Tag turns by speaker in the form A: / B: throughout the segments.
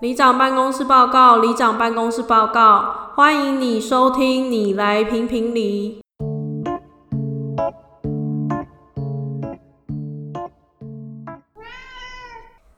A: 里长办公室报告，里长办公室报告，欢迎你收听，你来评评理。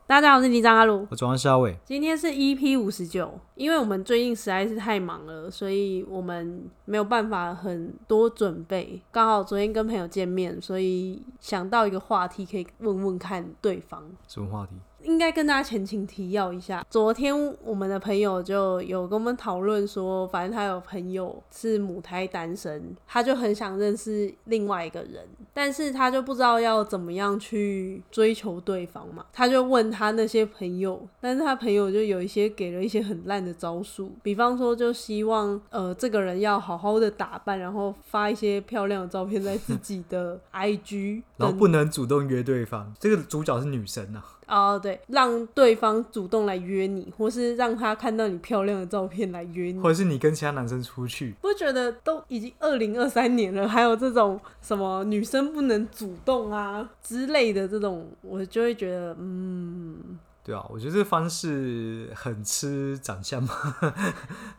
A: 大家好，我是里长阿鲁，
B: 我装肖伟，
A: 今天是 EP 五十九，因为我们最近实在是太忙了，所以我们没有办法很多准备。刚好昨天跟朋友见面，所以想到一个话题可以问问看对方。
B: 什么话题？
A: 应该跟大家前情提要一下，昨天我们的朋友就有跟我们讨论说，反正他有朋友是母胎单身，他就很想认识另外一个人，但是他就不知道要怎么样去追求对方嘛，他就问他那些朋友，但是他朋友就有一些给了一些很烂的招数，比方说就希望呃这个人要好好的打扮，然后发一些漂亮的照片在自己的 IG，
B: 然后
A: 等
B: 不能主动约对方。这个主角是女生啊，
A: 哦，对，让对方主动来约你，或是让他看到你漂亮的照片来约你
B: 或。者是你跟其他男生出去，
A: 不觉得都已经二零二三年了，还有这种什么女生不能主动啊之类的这种，我就会觉得，嗯
B: 对啊，我觉得这个方式很吃长相嘛，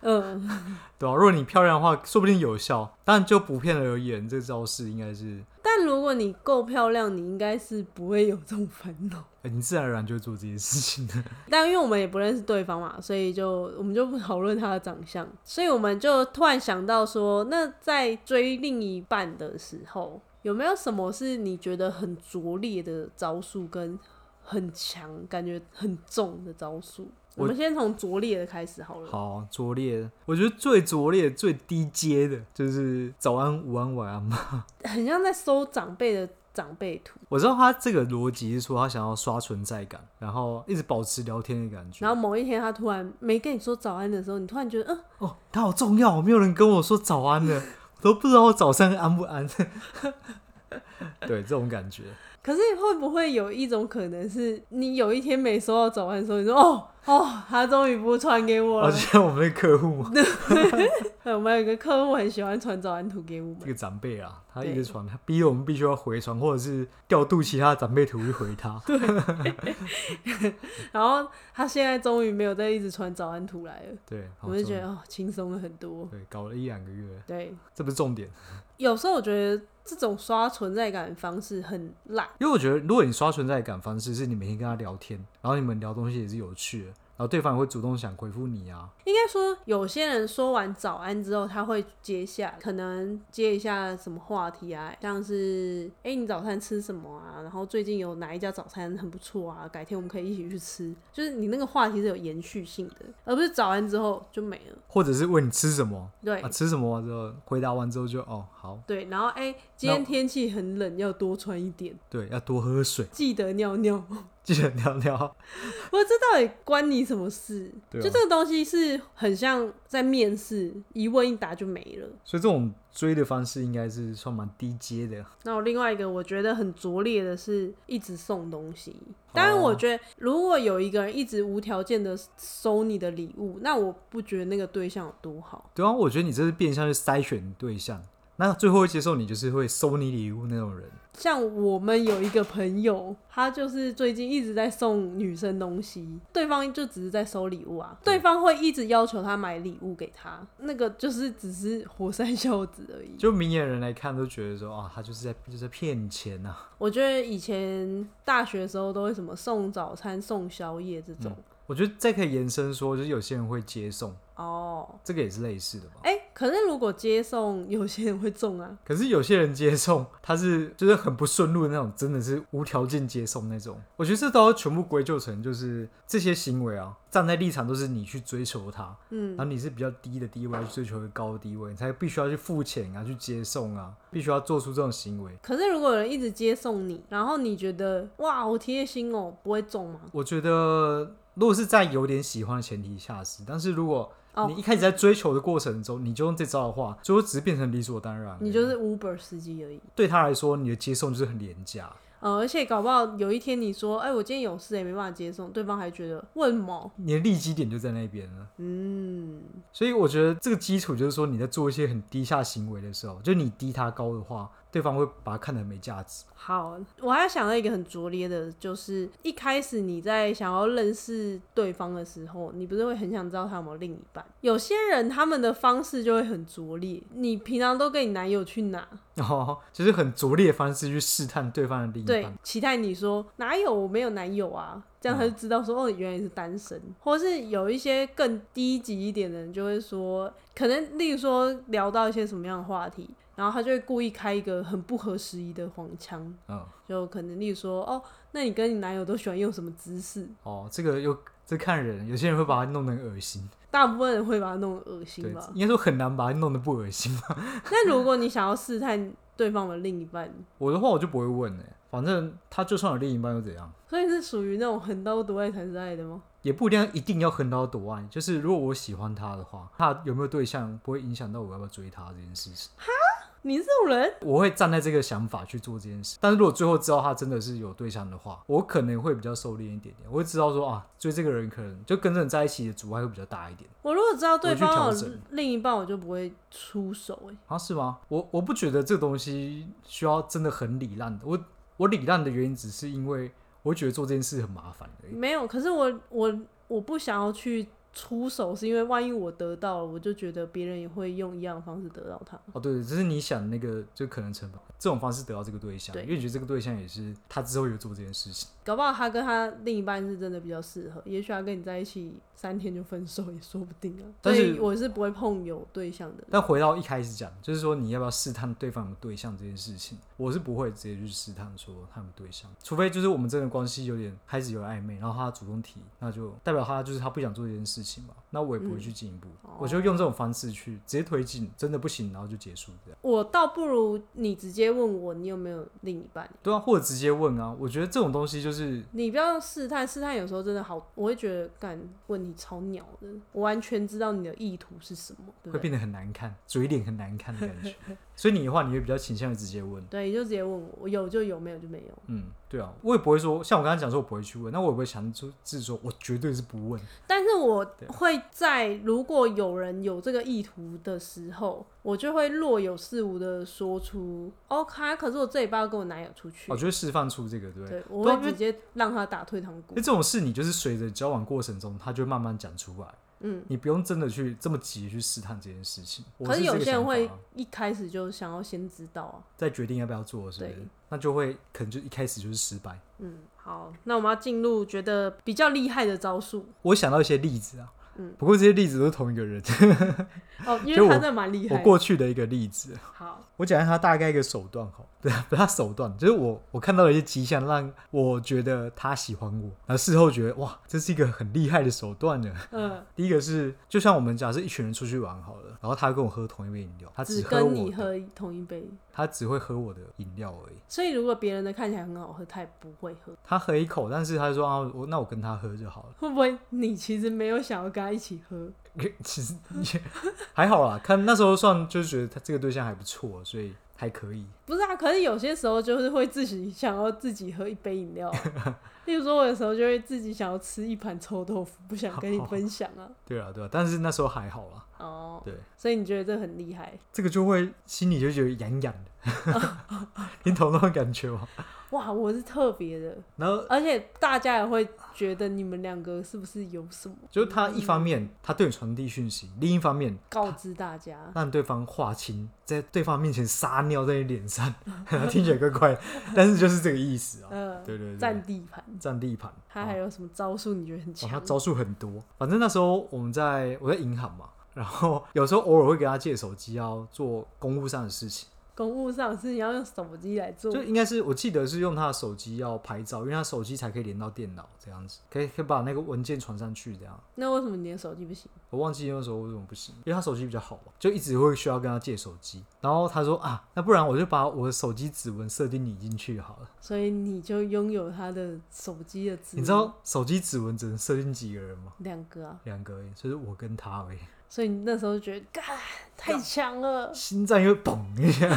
A: 嗯、呃
B: 对啊，如果你漂亮的话，说不定有效。但就普遍而言，这个招式应该是，
A: 但如果你够漂亮，你应该是不会有这种烦恼。
B: 呃你自然而然就会做这件事情的。
A: 但因为我们也不认识对方嘛，所以就我们就不讨论他的长相，所以我们就突然想到说，那在追另一半的时候，有没有什么是你觉得很拙劣的招数，跟很强、感觉很重的招数？我
B: 我
A: 们先从拙劣的开始好了。
B: 好拙劣，我觉得最拙劣、最低阶的就是早安、午安、晚安嘛。
A: 很像在收长辈的长辈图，
B: 我知道他这个逻辑是说他想要刷存在感，然后一直保持聊天的感觉。
A: 然后某一天他突然没跟你说早安的时候，你突然觉得，嗯、
B: 哦，他好重要，没有人跟我说早安的， 我都不知道我早上安不安。 对，这种感觉，
A: 可是会不会有一种可能是，你有一天没收到早安的时候，你说哦哦，他终于不传给我
B: 而
A: 了。哎
B: 且我们的客户嘛，
A: 对我们有一个客户很喜欢传早安图给我们
B: 这，个长辈啊，他
A: 对
B: 一直传，他逼得我们必须要回传，或者是调度其他长辈图去回 他。
A: 然后他现在终于没有再一直传早安图来了，
B: 对，好
A: 我就觉
B: 重
A: 得哦轻松了很多
B: 要。对，搞了一两个月，
A: 对，
B: 这不是重点，
A: 有时候我觉得这种刷存在感的方式很烂，
B: 因为我觉得如果你刷存在感方式是你每天跟他聊天，然后你们聊东西也是有趣的，然后对方也会主动想回复你啊，
A: 应该说，有些人说完早安之后，他会接下，可能接一下什么话题啊，像是哎、诶你早餐吃什么啊？然后最近有哪一家早餐很不错啊？改天我们可以一起去吃。就是你那个话题是有延续性的，而不是早安之后就没了。
B: 或者是问你吃什么
A: 对、
B: 啊，吃什么之后回答完之后就哦好，
A: 对，然后哎、诶今天天气很冷，要多穿一点，
B: 对，要多喝水，
A: 记得尿尿。
B: 记得聊聊。
A: 我这到底关你什么事？
B: 对啊
A: 就这个东西是很像在面试，一问一答就没了。
B: 所以这种追的方式应该是算蛮低阶的。
A: 那我另外一个我觉得很拙劣的是一直送东西。当然，我觉得如果有一个人一直无条件的收你的礼物，那我不觉得那个对象有多好。
B: 对啊，我觉得你这是变相去筛选对象，那最后会接受你就是会收你礼物那种人。
A: 像我们有一个朋友，他就是最近一直在送女生东西，对方就只是在收礼物啊，对方会一直要求他买礼物给他，那个就是只是活塞袖子而已。
B: 就明眼人来看都觉得说啊，他就是在就是在骗你钱啊。
A: 我觉得以前大学的时候都会什么送早餐、送宵夜这种。
B: 我觉得再可以延伸说，就是有些人会接送，
A: 哦，
B: 这个也是类似的吧。
A: 哎、可是如果接送，有些人会中啊。
B: 可是有些人接送，他是就是很不顺路的那种，真的是无条件接送那种。我觉得这都要全部归咎成就是这些行为啊，站在立场都是你去追求他，
A: 嗯
B: 然后你是比较低的地位去追求一个高的地位，你才必须要去付钱啊，去接送啊，必须要做出这种行为。
A: 可是如果有人一直接送你，然后你觉得哇好贴心哦，不会中吗？
B: 我觉得，如果是在有点喜欢的前提下是，但是如果
A: 哦
B: 你一开始在追求的过程中，你就用这招的话，最后只是变成理所当然。
A: 你就是 Uber 司机而已。
B: 对他来说，你的接送就是很廉价。
A: 呃，而且搞不好有一天你说，哎、我今天有事也没办法接送，对方还觉得问某，
B: 你的利基点就在那边了，
A: 嗯，
B: 所以我觉得这个基础就是说，你在做一些很低下行为的时候，就你低他高的话，对方会把他看得很没价值。
A: 好，我还想到一个很拙劣的，就是一开始你在想要认识对方的时候，你不是会很想知道他有没有另一半？有些人他们的方式就会很拙劣，你平常都跟你男友去哪？
B: 哦，就是很拙劣的方式去试探对方的另一
A: 对
B: 半。，
A: 期待你说哪有我没有男友啊，这样他就知道说、哦，你原来是单身，或是有一些更低级一点的人就会说，可能例如说聊到一些什么样的话题，然后他就会故意开一个很不合时宜的黄腔，
B: 嗯，
A: 就可能例如说哦，那你跟你男友都喜欢用什么姿势？
B: 哦，这个又这看人，有些人会把它弄得很恶心，
A: 大部分人会把它弄得恶
B: 对
A: 心 吧，。
B: 应该说很难把它弄得不恶心吧。
A: 那如果你想要试探对方的另一半，
B: 我的话我就不会问哎、反正他就算有另一半又怎样？
A: 所以是属于那种横刀夺爱才是爱的吗？
B: 也不一定要一定要横刀夺爱，就是如果我喜欢他的话，他有没有对象不会影响到我要不要追他这件事情。
A: 你这种人，
B: 我会站在这个想法去做这件事，但是如果最后知道他真的是有对象的话，我可能会比较收敛一点点，我会知道说啊，追这个人可能就跟这人在一起的阻碍会比较大一点
A: 我如果知道对方
B: 我去
A: 有
B: 调整
A: 另一半，我就不会出手、欸。
B: 啊，是吗？我我不觉得这东西需要真的很礼让的，我我礼让的原因只是因为我觉得做这件事很麻烦而已。
A: 没有，可是我我我不想要去出手，是因为万一我得到了，我就觉得别人也会用一样的方式得到他。
B: 哦，对，只是你想那个就可能成本，这种方式得到这个对象，
A: 对
B: 因为你觉得这个对象也是他之后有做这件事情。
A: 搞不好他跟他另一半是真的比较适合，也许他跟你在一起三天就分手也说不定啊。
B: 但
A: 所
B: 是
A: 以我是不会碰有对象的人。
B: 但回到一开始讲，就是说你要不要试探对方的对象这件事情，我是不会直接去试探说他们对象，除非就是我们真的关系有点开始有暧昧，然后他主动提，那就代表他就是他不想做这件事情嘛，那我也不会去进一步，
A: 嗯
B: 我就用这种方式去直接推进，真的不行然后就结束这样。
A: 我倒不如你直接问我你有没有另一半，
B: 对啊，或者直接问啊，我觉得这种东西就是
A: 你不要试探，试探有时候真的好，我会觉得干问题超鸟的，我完全知道你的意图是什么，对不
B: 会
A: 对？
B: 变得很难看，嘴脸很难看的感觉。所以你的话，你会比较倾向于直接问。
A: 对，你就直接问我，我有就有，没有就没有。
B: 嗯，对啊，我也不会说，像我刚刚讲说，我不会去问，那我也不会强制说，我绝对是不问。
A: 但是我
B: 对
A: 会在如果有人有这个意图的时候，我就会若有似无的说出，OK，可是我这礼拜要跟我男友出去，
B: 我哦就会释放出这个，对不对？
A: 对，我
B: 对啊
A: 会
B: 因为
A: 直接让他打退堂鼓
B: 那。这种事，你就是随着交往过程中，他就会慢慢讲出来。
A: 嗯，
B: 你不用真的去这么急去试探这件事情。
A: 可
B: 我
A: 是
B: 是这
A: 有
B: 个
A: 些人
B: 想法
A: 会
B: 啊
A: 一开始就想要先知道啊。
B: 在决定要不要做，是不是
A: 对？
B: 那就会可能就一开始就是失败。
A: 嗯，好，那我们要进入觉得比较厉害的招数
B: 我想到一些例子啊，
A: 嗯
B: 不过这些例子都是同一个人，
A: 哦，因
B: 就
A: 为
B: 我
A: 他真的蛮厉
B: 我
A: 害的。
B: 过去的一个例子。
A: 好，
B: 我讲一下他大概一个手段哈，不是不是他手段，就是我我看到了一些迹象，让我觉得他喜欢我，然后事后觉得哇，这是一个很厉害的手段呢。
A: 嗯，
B: 第一个是，就像我们假设一群人出去玩好了，然后他跟我喝同一杯饮料，他
A: 只
B: 喝
A: 跟
B: 我
A: 你
B: 的，
A: 喝同一杯，
B: 他只会喝我的饮料而已。
A: 所以如果别人的看起来很好喝，他也不会喝。
B: 他喝一口，但是他说啊，我那我跟他喝就好了。
A: 会不会你其实没有想要跟他一起喝？
B: 其实也还好啦，看那时候算就是觉得他这个对象还不错，所以还可以。
A: 不是啊，可是有些时候就是会自己想要自己喝一杯饮料啊、 例如说我有时候就会自己想要吃一盘臭豆腐，不想跟你分享 啊。
B: 对啊，对啊，但是那时候还好啦。
A: 哦，
B: 对，
A: 所以你觉得这很厉害？
B: 这个就会心里就觉得痒痒的，你懂那种感觉吗？
A: 哇，我是特别的，
B: 然后
A: 而且大家也会觉得你们两个是不是有什么
B: 就是他一方面他对你传递讯息，另一方面
A: 告知大 家？
B: 让对方划清，在对方面前撒尿在你脸上， 听起来怪怪，但是就是这个意思啊。
A: 呃，
B: 对对对
A: 占，地盘，
B: 占地盘，啊
A: 他还有什么招数？你觉得很
B: 哦哇，他
A: 强？
B: 招数很多。反正那时候我们在我在银行嘛，然后有时候偶尔会给他借手机，要做公务上的事情。
A: 公务上是你要用手机来做，
B: 就应该是我记得是用他的手机要拍照，因为他手机才可以连到电脑这样子，可以可以把那个文件传上去这样。
A: 那为什么你的手机不行？
B: 我忘记那时候为什么不行，因为他手机比较好嘛，就一直会需要跟他借手机。然后他说啊，那不然我就把我的手机指纹设定你进去好了。
A: 所以你就拥有他的手机的指纹，
B: 你知道手机指纹只能设定几个人吗？
A: 两个啊，
B: 两个而已，就是我跟他而已。
A: 所以你那时候就觉得，干太强了，
B: 心脏又砰一下，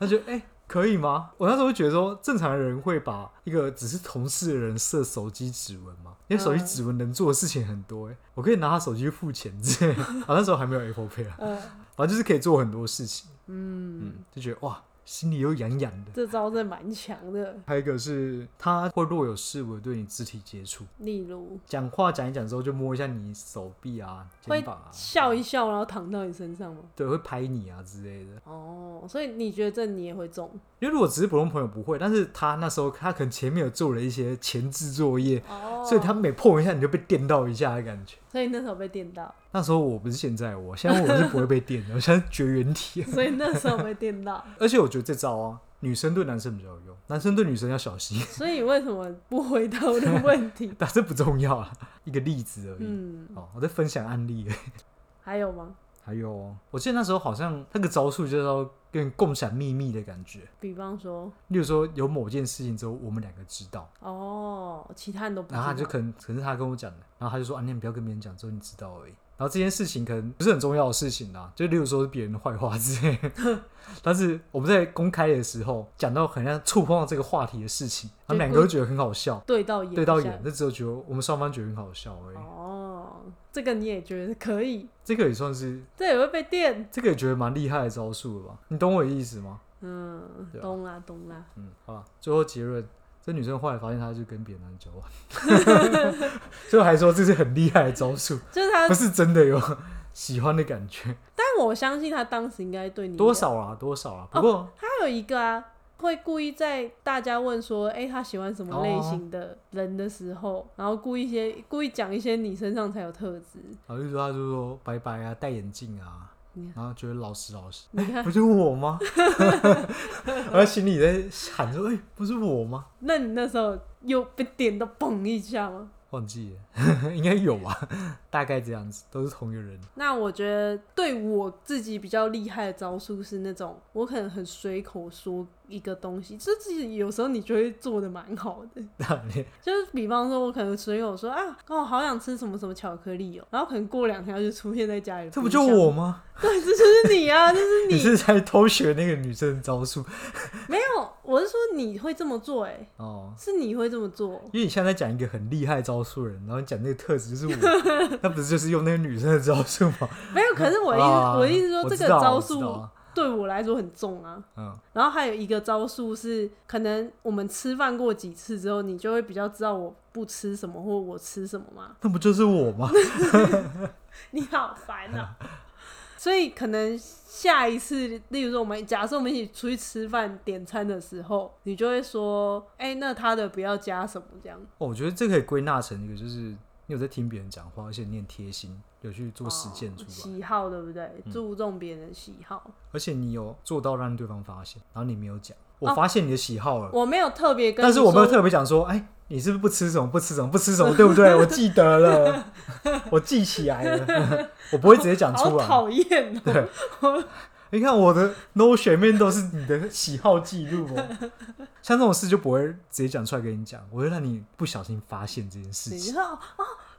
B: 他就哎、欸可以吗？我那时候就觉得说，正常人会把一个只是同事的人设手机指纹吗？因为手机
A: 嗯
B: 指纹能做的事情很多、欸，我可以拿他手机去付钱之类 的。啊，那时候还没有 Apple Pay 啊，
A: 呃，
B: 反正就是可以做很多事情，
A: 嗯，
B: 嗯，就觉得哇，心里又痒痒的。
A: 这招真的蛮强的。
B: 还有一个是，他会若有事无对你肢体接触，
A: 例如
B: 讲话讲一讲之后就摸一下你手臂啊、
A: 会
B: 肩膀啊，
A: 笑一笑，然后躺到你身上吗？
B: 对，会拍你啊之类的。
A: 哦，所以你觉得这你也会中
B: 因为如果只是普通朋友不会，但是他那时候他可能前面有做了一些前置作业，
A: 哦，
B: 所以他每碰一下你就被电到一下的感觉。
A: 所以那时候被电到，
B: 那时候我不是现在我，现在我是不会被电的，我现在是绝缘体。
A: 所以那时候被电 到，
B: 而且我觉得这招啊，女生对男生比较有用，男生对女生要小心。？
A: 所以为什么不回答我的问题
B: 但这不重要啊，一个例子而已。
A: 嗯，
B: 哦，我在分享案例而 已。
A: 还有吗？
B: 还有，哦我记得那时候好像那个招数就是要跟共享秘密的感觉。
A: 比方说，
B: 例如说有某件事情之后，我们两个知道，
A: 哦，其他人都不知
B: 然
A: 道，
B: 后他就可能可是他跟我讲的，然后他就说啊，你不要跟别人讲，只有你知道而已。然后这件事情可能不是很重要的事情啦，就例如说是别人的坏话之类的 但是我们在公开的时候讲到很像触碰到这个话题的事情，然后
A: 就
B: 两
A: 不
B: 个都觉得很好笑，
A: 对到眼，
B: 对到眼，。那只有觉得我们双方觉得很好笑而已。
A: 哦，这个你也觉得可以，
B: 这个也算是，
A: 这也会被电。
B: 这个也觉得蛮厉害的招数了吧？你懂我的意思吗？
A: 嗯
B: 对，啊
A: 懂啦，懂啦。
B: 嗯，好吧。最后结论，这女生后来发现她就跟别的男人交往，最后还说这是很厉害的招数，
A: 就是他
B: 不，是真的有喜欢的感觉，
A: 但我相信他当时应该对你
B: 多
A: 有
B: 少啦，多少啊
A: 哦
B: 啦。不过
A: 他有一个啊，会故意在大家问说，哎、他喜欢什么类型
B: 哦
A: 的人的时候，然后故意一些故意讲一些你身上才有特质。
B: 然后就说她就说拜拜啊，戴眼镜啊
A: 你，
B: 然后觉得老实老实，
A: 你看，
B: 不是我吗？然后心里在喊说，哎、不是我吗？
A: 那你那时候又被点到嘣一下吗？
B: 忘记了，应 该有吧，大概这样子，都是同一个人。
A: 那我觉得对我自己比较厉害的招数是那种，我可能很随口说一个东西，这自己有时候你就会做的蛮好的。就是比方说，我可能随口说啊，哦，好想吃什么什么巧克力哦，然后可能过两天它就出现在家里。
B: 这不就我？吗？
A: 对，这就是你啊，这是
B: 你
A: 你。
B: 是在偷学那个女生的招数
A: 没有，我是说你会这么做、哎，
B: 哦？
A: 是你会这么做。
B: 因为你现在在讲一个很厉害的招数的人，然后你讲那个特质就 是我，那不是就是用那个女生的招数吗？
A: 没有，可是我的意思，
B: 啊
A: 我的意思说
B: 我
A: 这
B: 知
A: 个
B: 道
A: 招
B: 我知道
A: 数
B: 啊
A: 对我来说很重啊。
B: 嗯，
A: 然后还有一个招数是，可能我们吃饭过几次之后，你就会比较知道我不吃什么或我吃什么嘛。
B: 那不就是我吗？
A: 你好烦啊！所以可能下一次，例如说我们假设我们一起出去吃饭点餐的时候，你就会说：“哎、那他的不要加什么这样。
B: 哦我觉得这可以归纳成一个，就是你有在听别人讲话，而且你很贴心，有去”做实践出来，
A: 哦
B: 嗯
A: 喜好对不对？注重别人的喜好。
B: 而且你有做到让对方发现，然后你没有讲，
A: 哦
B: 我发现你的喜好了，
A: 我没有特别跟你说，
B: 但是我没有特别讲说，哎、你是不是不吃什么不吃什么不吃什么，对 不对？我记得了，我记起 来了，我不会直接讲出
A: 好
B: 啊来。
A: 讨厌 哦。
B: 对，你看我的 no 选面都是你的喜好记录哦。像这种事就不会直接讲出来跟你讲，我会让你不小心发现这件事
A: 你
B: 情。
A: 说哦，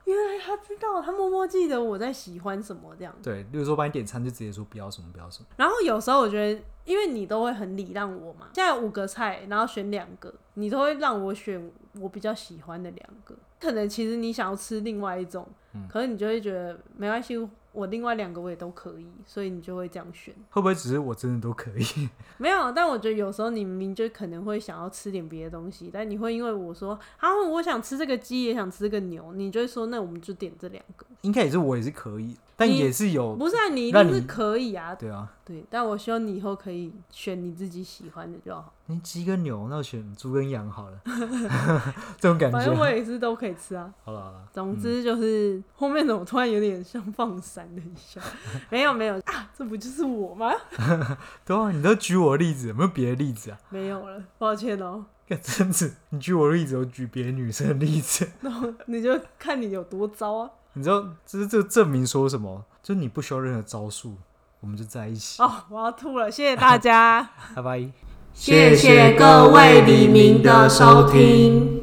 A: 原来他知道，他默默记得我在喜欢什么这样。
B: 对，例如说帮你点餐就直接说不要什么不要什么，
A: 然后有时候我觉得，因为你都会很礼让我嘛，现在有五个菜，然后选两个，你都会让我选我比较喜欢的两个。可能其实你想要吃另外一种，可是你就会觉得没关系，我另外两个我也都可以，所以你就会这样选。
B: 会不会只是我真的都可以？
A: 没有，啊但我觉得有时候你明明就可能会想要吃点别的东西，但你会因为我说啊，我想吃这个鸡，也想吃这个牛，你就会说那我们就点这两个。
B: 应该也是我也是可以，但
A: 你
B: 也是有
A: 不是啊，你一
B: 让
A: 定是
B: 你
A: 可以啊，
B: 对啊。
A: 对。但我希望你以后可以选你自己喜欢的就好。
B: 你鸡跟牛，那我选猪跟羊好了， 这种感
A: 反正我
B: 觉。嗯
A: 也是都可以吃啊。
B: 好了好了，
A: 总之就是、后面怎么突然有点像放闪了一下？ 没有没有啊，这不就是我吗？
B: 对啊，你都举我的例子，有没有别的例子啊？
A: 没有了，抱歉哦、
B: 看真子，你举我的例子，我举别的女生的例子。
A: 你就看你有多糟啊！
B: 你知道，这是这证明说什么？就是你不需要任何招数，我们就在一起。
A: 哦，我要吐了，谢谢大家，
B: 拜拜。
A: 谢谢各位黎明的收听。